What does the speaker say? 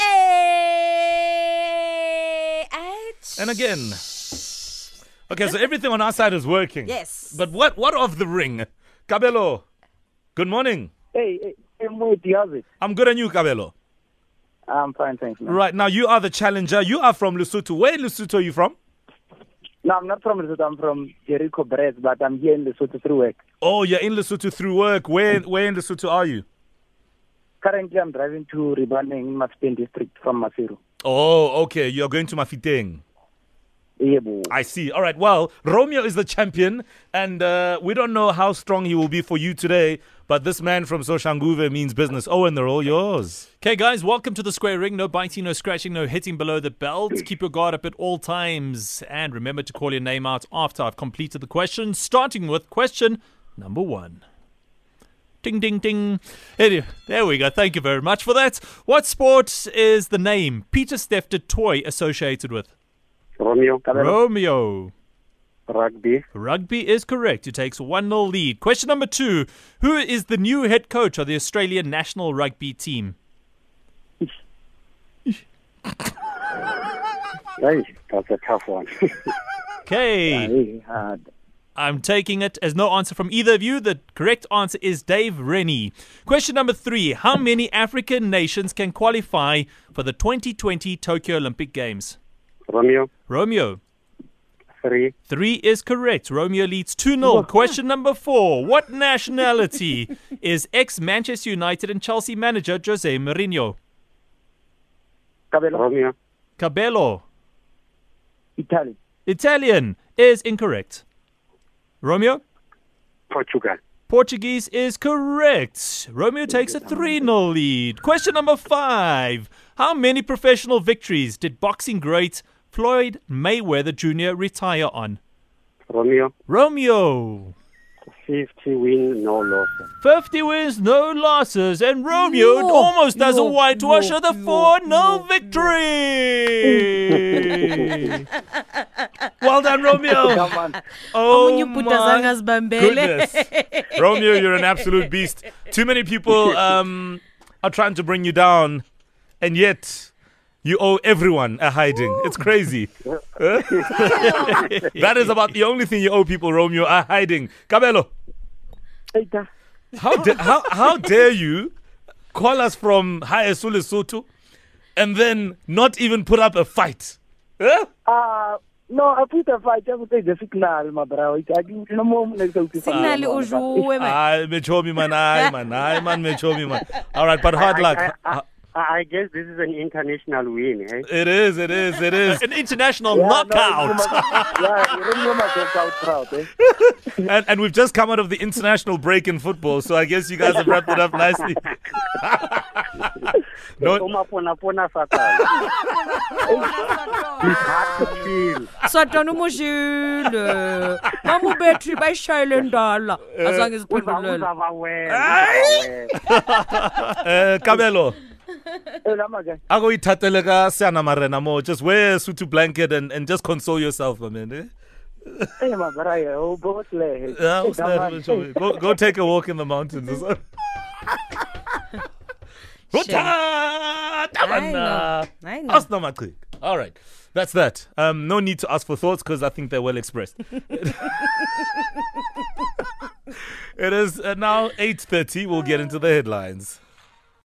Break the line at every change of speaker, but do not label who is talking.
Eh,
and again. Okay, so everything on our side is working.
Yes.
But what what of the ring? Cabello, good morning.
Hey, hey, hey, Moody, how's it?
I'm good and you, Cabello.
I'm fine, thanks, man.
Right now, you are the challenger. You are from Lesotho. Where in Lesotho are you from?
No, I'm not from Lesotho. I'm from Jericho, Brest, but I'm here in Lesotho through work.
Oh, you're in Lesotho through work. Where where in Lesotho are you?
Currently, I'm driving to Ribane in Matspin district from Masiru.
Oh, okay. You're going to Mafiteng.
Yebo.
I see. All right. Well, Romeo is the champion, and uh, we don't know how strong he will be for you today. But this man from Soshanguve means business. Oh, and they're all yours.
Okay, guys, welcome to the square ring. No biting, no scratching, no hitting below the belt. Keep your guard up at all times. And remember to call your name out after I've completed the question, starting with question number one. Ding, ding, ding. Anyway, there we go. Thank you very much for that. What sport is the name Peter Steff de Toy associated with?
Romeo,
Romeo.
rugby,
Rugby is correct. It takes 1 0 lead. Question number two Who is the new head coach of the Australian national rugby team?
hey, that's a tough one.
Okay.
Hey, uh,
I'm taking it as no answer from either of you. The correct answer is Dave Rennie. Question number three How many African nations can qualify for the 2020 Tokyo Olympic Games?
Romeo,
Romeo.
three,
Three is correct. Romeo leads 2 0. Question number four. What nationality is ex Manchester United and Chelsea manager Jose Mourinho?
Cabello,
Romeo,
Cabello.
Italy,
Italian is incorrect. Romeo?
Portugal,
Portuguese is correct. Romeo takes a 3 0 lead. Question number five How many professional victories did boxing great Floyd Mayweather Jr. retire on?
Romeo,
Romeo.
50 win, no loss.
50 wins, no losses, and Romeo
No,
almost does
no,
a whitewash of the
no,
4 0 victory.
no,
Well done, Romeo.
come on.
oh,
Omunye ubhuti azange
my
azibambele.
goodness. Romeo, you're an absolute beast. Too many people um, are trying to bring you down, and yet you owe everyone a hiding. It's crazy. that is about the only thing you owe people, Romeo, a hiding. Cabello,
Eita.
how, da- how, how dare you call us from Haesule Soto and then not even put up a fight? Huh?
Uh, no, I put a fight. I would take the signal, my brother. It's- I didn't no more. Signal,
Signal ujuwe man.
Ay, mechomi man, ay man, ay man, mechomi man. All right, but hard luck.
I, I, I, I guess this is an international win, eh?
It is, it is, it is.
An international knockout.
yeah, you don't know myself out proud, eh?
And, and we've just come out of the international break in football, so I guess you guys have wrapped it up nicely. no,
Omapona pona fatal. Hard to feel.
satana umozile mamubetri bayishayele ndala azange
bah,
Uza-
ziphendulele
uzava wena, uzava wena.
uh, Cabello,
Eh,
Hey, lama guy.
I go eat tateleka siana marena mo. Just wear a suit blanket and, and just console yourself, my man. eh?
Hey, my brother. Oh, boss, leh.
Yeah,
Hey,
what's that?
come on.
Go, go take a walk in the mountains. or something. Huta, tabana.
I know.
Ask them, Maqhi. All right, that's that. Um, no need to ask for thoughts because I think they're well expressed. it is uh, now eight thirty. We'll get into the headlines.